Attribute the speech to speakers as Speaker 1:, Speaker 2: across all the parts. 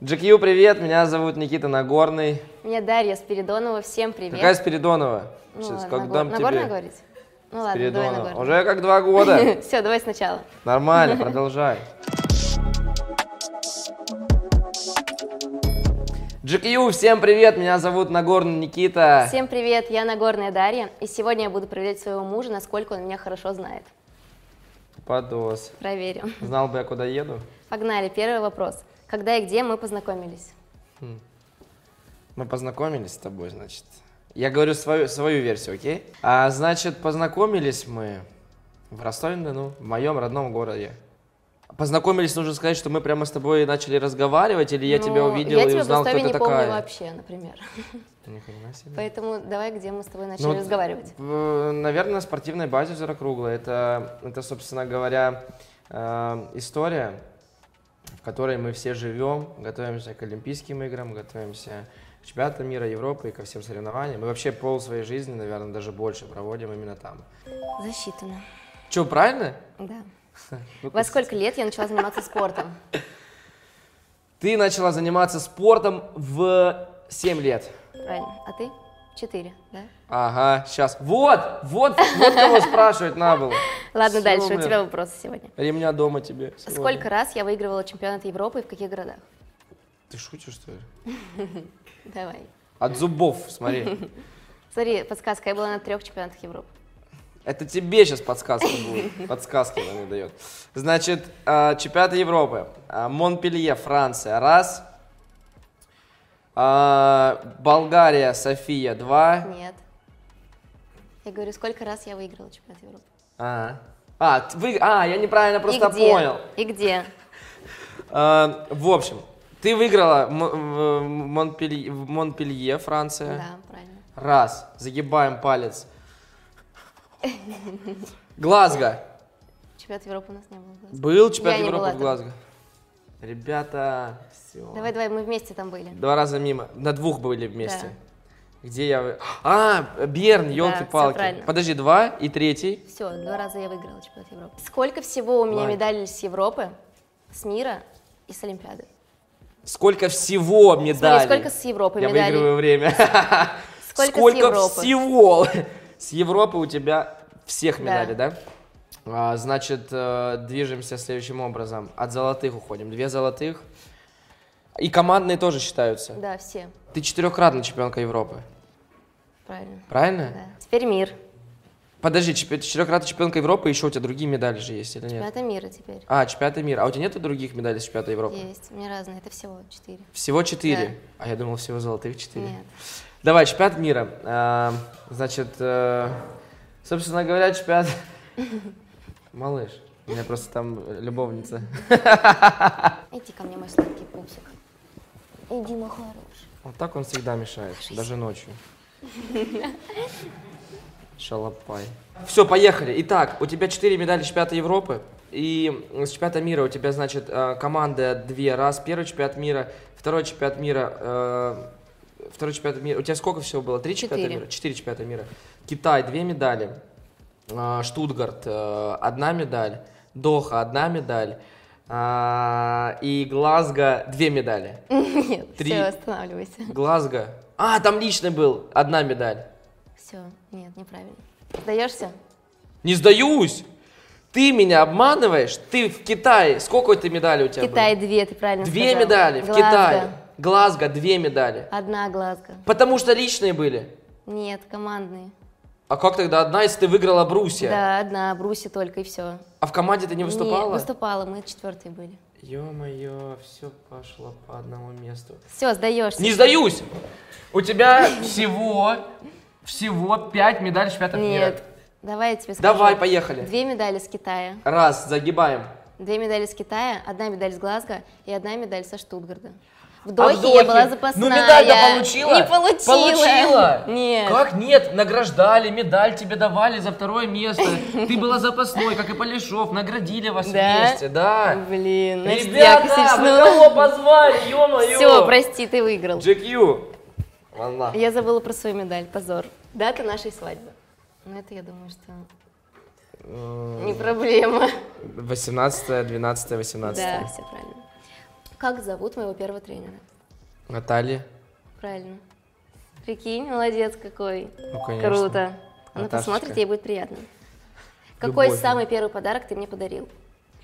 Speaker 1: GQ, привет, меня зовут Никита Нагорный.
Speaker 2: Меня Дарья Спиридонова, всем привет.
Speaker 1: Какая Спиридонова?
Speaker 2: Ну
Speaker 1: Сейчас,
Speaker 2: ладно,
Speaker 1: как
Speaker 2: Нагор-
Speaker 1: дам
Speaker 2: Нагорная
Speaker 1: тебе.
Speaker 2: говорить? Ну ладно,
Speaker 1: Спиридонова.
Speaker 2: давай Нагорная.
Speaker 1: Уже как два года.
Speaker 2: Все, давай сначала.
Speaker 1: Нормально, продолжай. GQ, всем привет, меня зовут Нагорный Никита.
Speaker 2: Всем привет, я Нагорная Дарья, и сегодня я буду проверять своего мужа, насколько он меня хорошо знает.
Speaker 1: Подос.
Speaker 2: Проверим.
Speaker 1: Знал бы я, куда еду.
Speaker 2: Погнали, первый вопрос. Когда и где мы познакомились?
Speaker 1: Мы познакомились с тобой, значит. Я говорю свою, свою версию, окей? А, значит, познакомились мы в Ростове-на-Дону, в моем родном городе. Познакомились, нужно сказать, что мы прямо с тобой начали разговаривать, или я
Speaker 2: Ну,
Speaker 1: тебя увидел
Speaker 2: Я
Speaker 1: и
Speaker 2: тебя в
Speaker 1: узнал, кто
Speaker 2: Ростове
Speaker 1: ты
Speaker 2: не
Speaker 1: такая.
Speaker 2: помню вообще, например.
Speaker 1: Ни хрена себе.
Speaker 2: Поэтому давай, где мы с тобой начали
Speaker 1: вот
Speaker 2: разговаривать.
Speaker 1: В, наверное, на спортивной базе Зерокруглая. Это, это, собственно говоря, э, история, в которой мы все живем, готовимся к Олимпийским играм, готовимся к чемпионату мира, Европы и ко всем соревнованиям. Мы вообще пол своей жизни, наверное, даже больше проводим именно там.
Speaker 2: Засчитано.
Speaker 1: Че, правильно?
Speaker 2: Да.
Speaker 1: Ну,
Speaker 2: Во сколько лет я начала заниматься спортом?
Speaker 1: Ты начала заниматься спортом в 7 лет.
Speaker 2: Правильно. А ты? Четыре, да?
Speaker 1: Ага, сейчас. Вот, вот, вот кого спрашивать надо было.
Speaker 2: Ладно,
Speaker 1: Всё,
Speaker 2: дальше. У
Speaker 1: блин.
Speaker 2: тебя вопросы сегодня.
Speaker 1: Ремня дома тебе. сегодня.
Speaker 2: Сколько раз я выигрывала чемпионат Европы и в каких городах?
Speaker 1: Ты шутишь, что ли?
Speaker 2: Давай.
Speaker 1: От зубов, смотри.
Speaker 2: Смотри, подсказка, я была на трех чемпионатах Европы.
Speaker 1: Это тебе сейчас подсказка будет. Подсказки она мне дает. Значит, а, чемпионат Европы. А, Монпелье, Франция, раз. А, Болгария, София, два.
Speaker 2: Нет. Я говорю, сколько раз я выиграла чемпионат Европы?
Speaker 1: А, а, т- вы, а я неправильно просто
Speaker 2: и где?
Speaker 1: понял.
Speaker 2: И где?
Speaker 1: А, в общем, ты выиграла М- в Монпелье, в Монпелье, Франция.
Speaker 2: Да, правильно.
Speaker 1: Раз. Загибаем палец. Глазго.
Speaker 2: Чемпионат Европы у нас не было.
Speaker 1: Был чемпионат
Speaker 2: не
Speaker 1: Европы
Speaker 2: была
Speaker 1: в
Speaker 2: там.
Speaker 1: Глазго. Ребята, все.
Speaker 2: Давай, давай, мы вместе там были.
Speaker 1: Два раза мимо. На двух были вместе. Где я? вы- А, Берн,
Speaker 2: всё
Speaker 1: елки-палки.
Speaker 2: правильно.
Speaker 1: Подожди, два и третий.
Speaker 2: Все, два раза я выиграла чемпионат Европы. Сколько всего у меня
Speaker 1: Лайк.
Speaker 2: медалей с Европы, с мира и с Олимпиады?
Speaker 1: Сколько всего медалей?
Speaker 2: Смотри, сколько с Европы
Speaker 1: Я
Speaker 2: медалей?
Speaker 1: выигрываю время.
Speaker 2: Сколько, с Европы?
Speaker 1: всего? С Европы у тебя всех
Speaker 2: Да.
Speaker 1: медалей, да? А, значит, э, движемся следующим образом. От золотых уходим. Две золотых. И командные тоже считаются.
Speaker 2: Да, все.
Speaker 1: Ты четырехкратная чемпионка Европы.
Speaker 2: Правильно.
Speaker 1: Правильно?
Speaker 2: Да. Теперь мир.
Speaker 1: Подожди, чемпи- четырехкратная чемпионка Европы, еще у тебя другие медали же есть или нет?
Speaker 2: Чемпионата мира теперь.
Speaker 1: А, чемпионата мира. А у тебя нету других медалей с чемпионата Европы?
Speaker 2: Есть. У меня разные. Это всего четыре.
Speaker 1: Всего четыре. А я думал, всего золотых четыре.
Speaker 2: Нет.
Speaker 1: Давай, чемпионат мира. А, значит, э, собственно говоря, чемпионат... Малыш, у меня просто там любовница.
Speaker 2: Иди ко мне, мой сладкий пупсик. Иди, мой хороший.
Speaker 1: Вот так он всегда мешает, даже ночью. Шалопай. Все, поехали. Итак, у тебя 4 медали чемпионата Европы. И с чемпионата мира у тебя, значит, э, команда две раз. Первый чемпионат мира, второй чемпионат мира, э, второй чемпионат мира. У тебя сколько всего было? Три чемпионата
Speaker 2: Четыре.
Speaker 1: мира? Четыре чемпионата мира. Китай, две медали. А, Штутгарт, э, одна медаль. Доха, одна медаль. А, И Глазго, две медали.
Speaker 2: Нет,
Speaker 1: Три.
Speaker 2: все, останавливайся.
Speaker 1: Глазго. А, там личный был. Одна медаль.
Speaker 2: Все, нет, неправильно. Сдаешься?
Speaker 1: Не сдаюсь. Ты меня обманываешь? Ты в Китае. Сколько ты медалей у тебя
Speaker 2: Китай
Speaker 1: было?
Speaker 2: две, ты правильно
Speaker 1: Две
Speaker 2: сказала.
Speaker 1: медали в
Speaker 2: Глазго.
Speaker 1: Китае. Глазго две медали.
Speaker 2: Одна глазка.
Speaker 1: Потому что личные были.
Speaker 2: Нет, командные.
Speaker 1: А как тогда одна, если ты выиграла Брусья?
Speaker 2: Да, одна, Бруси только и все.
Speaker 1: А в команде ты не выступала?
Speaker 2: выступала, мы четвертые были.
Speaker 1: Ё-моё, все пошло по одному месту.
Speaker 2: Все, сдаешься.
Speaker 1: Не сдаюсь! У тебя всего, всего пять медалей чемпионата мира.
Speaker 2: Нет. Давай я тебе скажу.
Speaker 1: Давай, поехали.
Speaker 2: Две медали с Китая.
Speaker 1: Раз, загибаем.
Speaker 2: Две медали с Китая, одна медаль с Глазго и одна медаль со Штутгарда. В
Speaker 1: А
Speaker 2: Дохе,
Speaker 1: в
Speaker 2: я
Speaker 1: Дохе?
Speaker 2: была запасная.
Speaker 1: Ну медаль-то получила?
Speaker 2: Не получила.
Speaker 1: Получила?
Speaker 2: Нет.
Speaker 1: Как нет? Награждали, медаль тебе давали за второе место. Ты была запасной, как и Полешов, наградили вас
Speaker 2: Да?
Speaker 1: вместе, да.
Speaker 2: Блин, значит, я
Speaker 1: Ребята, вы
Speaker 2: косячнула.
Speaker 1: кого позвали, ё-моё.
Speaker 2: Все, прости, ты выиграл.
Speaker 1: GQ. Ладно.
Speaker 2: Я забыла про свою медаль, позор. Дата нашей свадьбы. Ну это, я думаю, что не проблема.
Speaker 1: 18, 12, 18.
Speaker 2: Да, все правильно. Как зовут моего первого тренера?
Speaker 1: Наталья.
Speaker 2: Правильно. Прикинь, молодец какой.
Speaker 1: Ну, конечно.
Speaker 2: Круто. Она
Speaker 1: Наташечка.
Speaker 2: посмотрит, ей будет приятно. Какой
Speaker 1: Любовь.
Speaker 2: самый первый подарок ты мне подарил?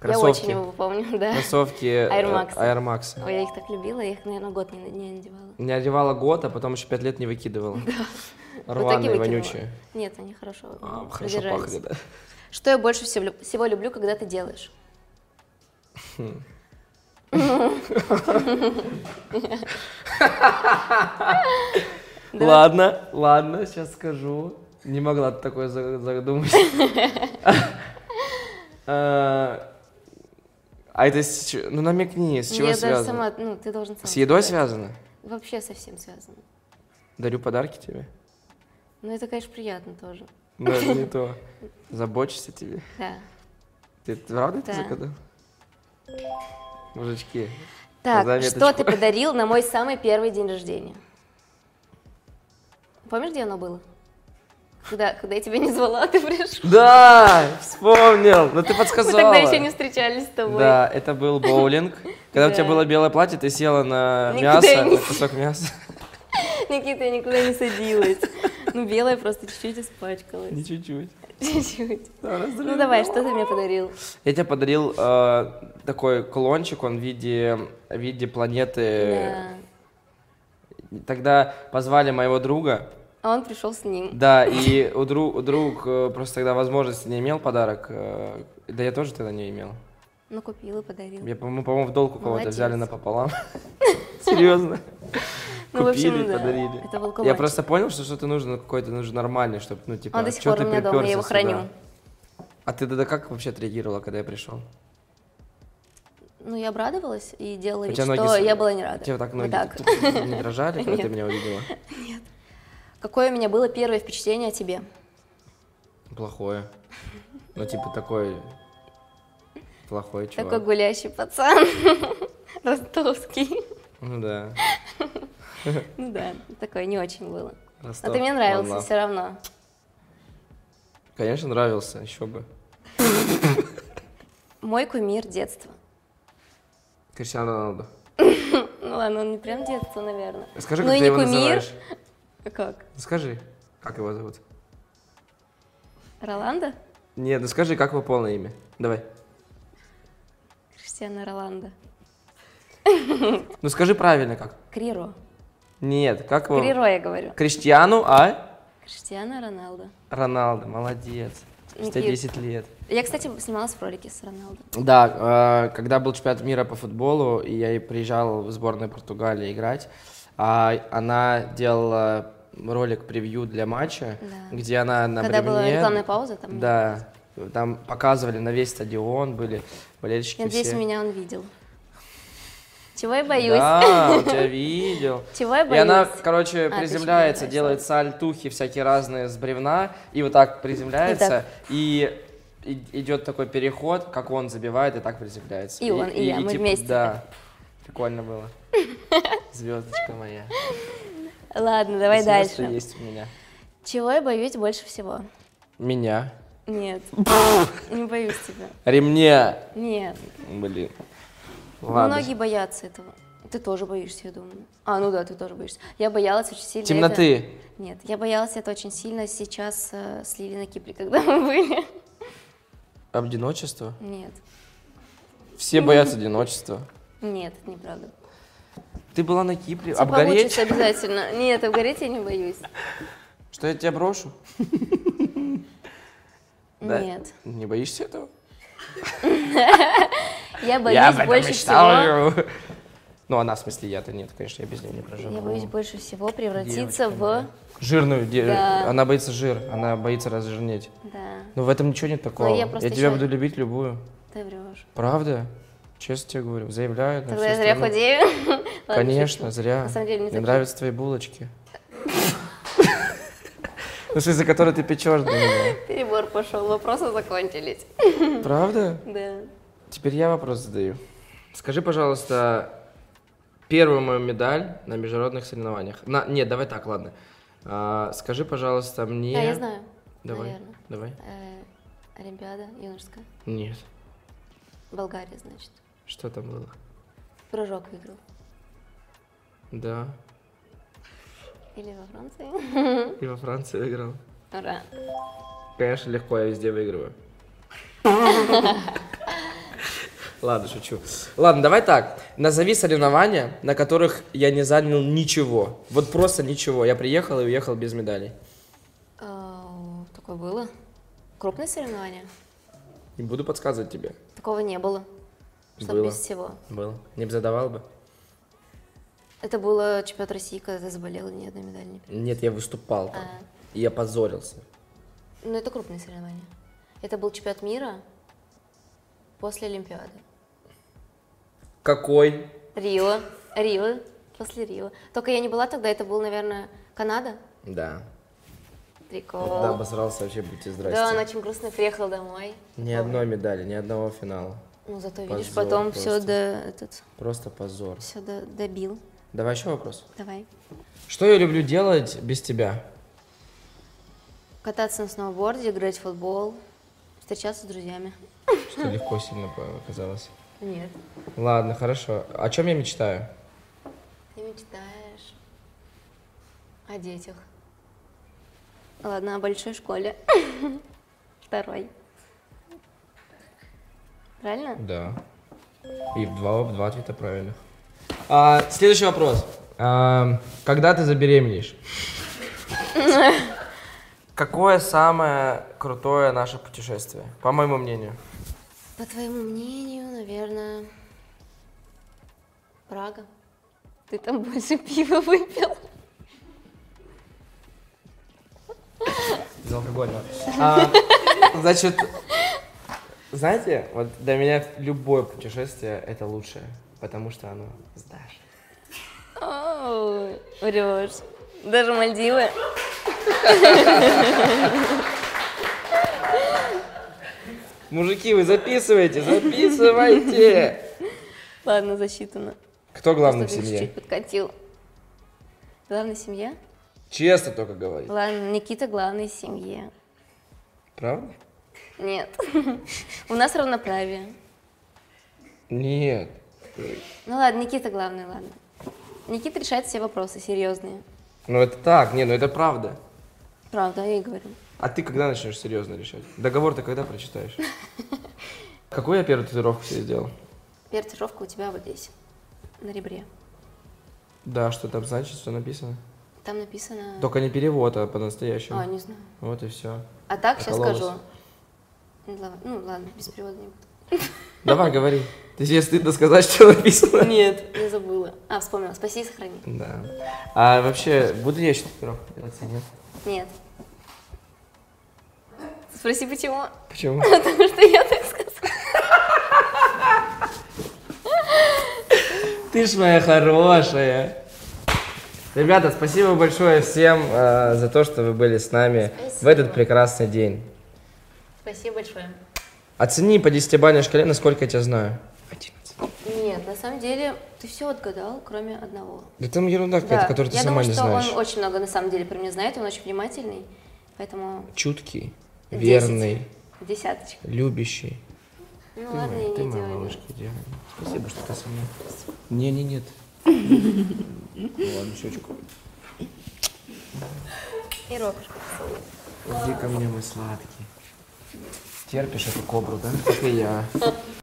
Speaker 2: Я
Speaker 1: Кроссовки.
Speaker 2: очень его помню, да.
Speaker 1: Кроссовки
Speaker 2: Air Max.
Speaker 1: э, Air Max.
Speaker 2: Ой, я их так любила, я их, наверное, год не, не надевала.
Speaker 1: Не одевала год, а потом еще пять лет не выкидывала.
Speaker 2: Вот так и
Speaker 1: Рваные,
Speaker 2: выкинула.
Speaker 1: вонючие.
Speaker 2: Нет, они хорошо,
Speaker 1: А,
Speaker 2: м,
Speaker 1: Хорошо
Speaker 2: продержались.
Speaker 1: пахли, да.
Speaker 2: Что я больше всего, лю- всего люблю, когда ты делаешь?
Speaker 1: Хм.
Speaker 2: Да.
Speaker 1: Ладно, ладно, сейчас скажу. Не могла ты такое за- задумать. А а это с ч- Ну намекни, с
Speaker 2: Ну,
Speaker 1: чего
Speaker 2: я даже
Speaker 1: связано?
Speaker 2: сама, ну, ты должен сам.
Speaker 1: С едой
Speaker 2: сказать.
Speaker 1: связано?
Speaker 2: Вообще совсем связано.
Speaker 1: Дарю подарки тебе?
Speaker 2: Ну, это, конечно, приятно тоже.
Speaker 1: Ну, это не то. Забочусь о тебе.
Speaker 2: Да.
Speaker 1: Ты правда это
Speaker 2: Да.
Speaker 1: загадал? Мужички,
Speaker 2: Так,
Speaker 1: Заметочку.
Speaker 2: что ты подарил на мой самый первый день рождения? Помнишь, где оно было? Когда, когда я тебя не звала, а ты пришел.
Speaker 1: Да, вспомнил. Но ты
Speaker 2: Мы
Speaker 1: подсказала.
Speaker 2: тогда еще не встречались с тобой.
Speaker 1: Да, это был боулинг. Когда у тебя
Speaker 2: Да.
Speaker 1: было белое платье, ты села на
Speaker 2: Никуда я
Speaker 1: мясо,
Speaker 2: не
Speaker 1: на кусок мяса.
Speaker 2: Никита, я никуда не садилась. Ну, белая просто чуть-чуть
Speaker 1: Не
Speaker 2: испачкалась.
Speaker 1: чуть-чуть.
Speaker 2: Чуть-чуть. Ну, давай, что ты мне подарил?
Speaker 1: Я тебе подарил э, такой кулончик, он в виде, в виде планеты.
Speaker 2: Да.
Speaker 1: Тогда позвали моего друга,
Speaker 2: А он пришел с ним.
Speaker 1: да, и у, дру- у друг э, просто тогда возможности не имел подарок, э, да я тоже тогда не имел.
Speaker 2: Ну, купил и подарил.
Speaker 1: Я, по-моему, по-моему, в долг у кого-то
Speaker 2: Молодец.
Speaker 1: взяли напополам. Серьезно.
Speaker 2: Ну, в общем,
Speaker 1: Купили,
Speaker 2: да,
Speaker 1: подарили.
Speaker 2: это был
Speaker 1: Я
Speaker 2: кулончик.
Speaker 1: просто понял, что что-то нужно какое-то нужно нормальное, чтобы, ну, типа,
Speaker 2: Он до сих
Speaker 1: «Чё
Speaker 2: пор
Speaker 1: ты
Speaker 2: у меня дома, я его
Speaker 1: припёрся
Speaker 2: храню.
Speaker 1: сюда?» А ты тогда как вообще отреагировала, когда я пришел?
Speaker 2: Ну, я обрадовалась и делала
Speaker 1: У
Speaker 2: вид,
Speaker 1: тебя
Speaker 2: что
Speaker 1: ноги с-
Speaker 2: я была не рада.
Speaker 1: У тебя так
Speaker 2: Вот
Speaker 1: ноги
Speaker 2: так.
Speaker 1: тут не дрожали, когда ты меня увидела?
Speaker 2: Какое у меня было первое впечатление о тебе?
Speaker 1: Плохое. Ну, типа, такой... Плохой
Speaker 2: Такой
Speaker 1: чувак.
Speaker 2: гулящий пацан. Ростовский.
Speaker 1: Ну да.
Speaker 2: Ну да, такое не очень было.
Speaker 1: Ростов,
Speaker 2: А ты мне нравился
Speaker 1: Ладно.
Speaker 2: все равно.
Speaker 1: Конечно, нравился, еще бы.
Speaker 2: Мой кумир детства.
Speaker 1: Криштиану Роналду.
Speaker 2: Ну ладно, он не прям детство, наверное.
Speaker 1: Скажи,
Speaker 2: Ну
Speaker 1: как ты
Speaker 2: и не
Speaker 1: его
Speaker 2: кумир.
Speaker 1: называешь.
Speaker 2: А Как?
Speaker 1: Скажи, как его зовут?
Speaker 2: Роланда?
Speaker 1: Нет, ну скажи, как его полное имя. Давай.
Speaker 2: Криштиана Роланда.
Speaker 1: Ну скажи правильно как.
Speaker 2: Криро.
Speaker 1: Нет, как его?
Speaker 2: Криро, я говорю.
Speaker 1: Криштиану, а?
Speaker 2: Криштиана Роналдо.
Speaker 1: Роналду, молодец. Спустя
Speaker 2: Никит.
Speaker 1: 10 лет.
Speaker 2: Я, кстати, снималась в ролике с Роналдо.
Speaker 1: Да, э, когда был чемпионат мира по футболу, и я и приезжал в сборную Португалии играть, а она делала ролик превью для матча,
Speaker 2: Да.
Speaker 1: где она на
Speaker 2: Когда была
Speaker 1: бревне-
Speaker 2: рекламная пауза, там.
Speaker 1: Да, там показывали на весь стадион, были болельщики
Speaker 2: Я надеюсь,
Speaker 1: все.
Speaker 2: меня он видел. Чего я боюсь?
Speaker 1: Да, он тебя видел.
Speaker 2: Чего я
Speaker 1: И
Speaker 2: боюсь?
Speaker 1: она, короче,
Speaker 2: А, ты
Speaker 1: приземляется,
Speaker 2: ещё не
Speaker 1: делает сальтухи всякие разные с бревна, и вот так приземляется, и, и- идет такой переход, как он забивает, и так приземляется. типа,
Speaker 2: И он, и я, мы вместе.
Speaker 1: Да, прикольно было. Звездочка моя.
Speaker 2: Ладно, давай
Speaker 1: Спасибо,
Speaker 2: дальше.
Speaker 1: что есть у меня.
Speaker 2: Чего я боюсь больше всего?
Speaker 1: Меня.
Speaker 2: Нет. Не боюсь тебя.
Speaker 1: Ремня.
Speaker 2: Нет.
Speaker 1: Блин.
Speaker 2: Ну,
Speaker 1: Ладно.
Speaker 2: Многие боятся этого. Ты тоже боишься, я думаю. А, ну да, ты тоже боишься. Я боялась очень сильно. это-
Speaker 1: Темноты.
Speaker 2: Нет, я боялась это очень сильно сейчас э, слили на Кипре, когда мы были.
Speaker 1: Одиночество.
Speaker 2: Нет,
Speaker 1: Все боятся одиночества.
Speaker 2: нет, это неправда.
Speaker 1: Ты была на Кипре.
Speaker 2: Всё
Speaker 1: Обгореть?
Speaker 2: получится обязательно. Нет, обгореть я не боюсь.
Speaker 1: Что я тебя брошу? Да.
Speaker 2: Нет.
Speaker 1: Не боишься этого?
Speaker 2: Я боюсь больше всего...
Speaker 1: Ну, она, в смысле, я-то нет, конечно, я без нее не проживу.
Speaker 2: Я боюсь больше всего превратиться
Speaker 1: Девочка
Speaker 2: в...
Speaker 1: Жирную, де-
Speaker 2: Да.
Speaker 1: она боится жир, она боится разжирнеть.
Speaker 2: Да,
Speaker 1: Но в этом ничего нет такого.
Speaker 2: Ну, я просто
Speaker 1: тебя
Speaker 2: человек.
Speaker 1: буду любить любую.
Speaker 2: ты врешь.
Speaker 1: Правда? Честно тебе говорю, заявляю. на
Speaker 2: Тогда
Speaker 1: всю
Speaker 2: я зря
Speaker 1: страну.
Speaker 2: худею. Ладно,
Speaker 1: Конечно,
Speaker 2: шучу.
Speaker 1: зря.
Speaker 2: На самом деле, мне
Speaker 1: Мне
Speaker 2: так
Speaker 1: нравятся твои булочки. Ну, что из-за которой ты печешь для меня.
Speaker 2: Перебор пошел, вопросы закончились.
Speaker 1: Правда?
Speaker 2: Да.
Speaker 1: Теперь я вопрос задаю. Скажи, пожалуйста, первую мою медаль на международных соревнованиях. На, нет, давай так, ладно. А, скажи, пожалуйста, мне.
Speaker 2: А, я знаю.
Speaker 1: Давай,
Speaker 2: Наверное.
Speaker 1: давай.
Speaker 2: Э, Олимпиада юношеская.
Speaker 1: Нет.
Speaker 2: Болгария, значит.
Speaker 1: Что там было?
Speaker 2: Прыжок выиграл.
Speaker 1: Да.
Speaker 2: Или во Франции.
Speaker 1: И во Франции выиграл.
Speaker 2: Ура.
Speaker 1: Конечно, легко, я везде выигрываю. Ладно, шучу. Ладно, давай так. Назови соревнования, на которых я не занял ничего. Вот просто ничего. Я приехал и уехал без медалей.
Speaker 2: Ау, Э, Такое было. Крупное соревнование?
Speaker 1: Не буду подсказывать тебе.
Speaker 2: Такого не было. Что
Speaker 1: Было.
Speaker 2: без всего.
Speaker 1: Был. Не б задавал бы.
Speaker 2: Это было чемпионат России, когда ты заболела, ни одной медали не при-
Speaker 1: Нет, я выступал там.
Speaker 2: А.
Speaker 1: И я позорился.
Speaker 2: Ну, это крупные соревнования. Это был чемпионат мира после Олимпиады.
Speaker 1: Какой?
Speaker 2: Рио. Рио. После Рио. Только я не была тогда, это был, наверное, Канада.
Speaker 1: Да.
Speaker 2: Прикол.
Speaker 1: Да, обосрался вообще, будьте здрасте.
Speaker 2: Да, она очень грустно приехала домой.
Speaker 1: Ни одной медали, ни одного финала.
Speaker 2: Ну, зато, видишь,
Speaker 1: Позор
Speaker 2: потом
Speaker 1: просто.
Speaker 2: все до, этот,
Speaker 1: Просто позор.
Speaker 2: все до, добил.
Speaker 1: Давай еще вопрос.
Speaker 2: Давай.
Speaker 1: Что я люблю делать без тебя?
Speaker 2: Кататься на сноуборде, играть в футбол, встречаться с друзьями.
Speaker 1: Что легко сильно показалось.
Speaker 2: Нет.
Speaker 1: Ладно, хорошо. О чем я мечтаю?
Speaker 2: Ты мечтаешь о детях. Ладно, о большой школе. Второй. Правильно?
Speaker 1: Да. И в два, в два ответа правильных. следующий вопрос. А, когда ты забеременеешь? Какое самое крутое наше путешествие, по моему мнению?
Speaker 2: По твоему мнению, наверное, Прага. Ты там больше пива выпил.
Speaker 1: Безалкогольного. А, значит, знаете, вот для меня любое путешествие это лучшее, потому что оно сдашь.
Speaker 2: Оу, Врешь. Даже Мальдивы.
Speaker 1: Мужики, вы записывайте, записывайте!
Speaker 2: Ладно, засчитано.
Speaker 1: Кто главный в
Speaker 2: Просто ты
Speaker 1: семье?
Speaker 2: чуть-чуть подкатил. Главная семья?
Speaker 1: Честно только говори.
Speaker 2: Ладно, Никита главный в семье.
Speaker 1: Правда?
Speaker 2: Нет. У нас равноправие.
Speaker 1: Нет.
Speaker 2: Ну ладно, Никита главный, ладно. Никита решает все вопросы серьезные.
Speaker 1: Ну это так, не, ну это правда.
Speaker 2: Правда, я и говорю.
Speaker 1: А ты когда начнешь серьезно решать? Договор ты когда прочитаешь? Какую я первую татуировку себе сделал?
Speaker 2: Первая татуировка у тебя вот здесь, на ребре.
Speaker 1: Да, что там значит, что написано?
Speaker 2: Там написано...
Speaker 1: Только не перевод, а
Speaker 2: А,
Speaker 1: по-настоящему.
Speaker 2: не знаю.
Speaker 1: Вот и все.
Speaker 2: А так сейчас
Speaker 1: Прокололась.
Speaker 2: скажу. Ну ладно, ну, ладно, без перевода не буду.
Speaker 1: Давай, говори. Ты тебе стыдно сказать, что написано?
Speaker 2: Нет, не забыла. А, вспомнила. Спаси и сохрани.
Speaker 1: Да. А вообще, буду я еще татуировку делать или нет?
Speaker 2: Нет. Спроси, почему?
Speaker 1: Почему?
Speaker 2: Потому что я так сказала.
Speaker 1: Ты ж моя хорошая. Ребята, спасибо большое всем э, за то, что вы были с нами в
Speaker 2: Спасибо.
Speaker 1: этот прекрасный день.
Speaker 2: Спасибо большое.
Speaker 1: Оцени по десятибалльной шкале, насколько я тебя знаю. 11.
Speaker 2: Нет, на самом деле, ты все отгадал, кроме одного.
Speaker 1: Да там ерунда какая-то, которую ты
Speaker 2: я
Speaker 1: сама
Speaker 2: думаю,
Speaker 1: не
Speaker 2: что
Speaker 1: знаешь.
Speaker 2: он очень много на самом деле про меня знает, он очень внимательный, поэтому
Speaker 1: Чуткий,
Speaker 2: 10.
Speaker 1: верный,
Speaker 2: десяточка.
Speaker 1: любящий.
Speaker 2: Ну
Speaker 1: Ты
Speaker 2: ладно,
Speaker 1: моя-
Speaker 2: я
Speaker 1: ты
Speaker 2: не
Speaker 1: моя
Speaker 2: делаю.
Speaker 1: малышка идеальная. Спасибо, что ты со мной. Не, не, нет. Ну Ладно, щечку.
Speaker 2: И рокушка.
Speaker 1: Иди ко мне, мой сладкий. Терпишь эту кобру, да? Как и я.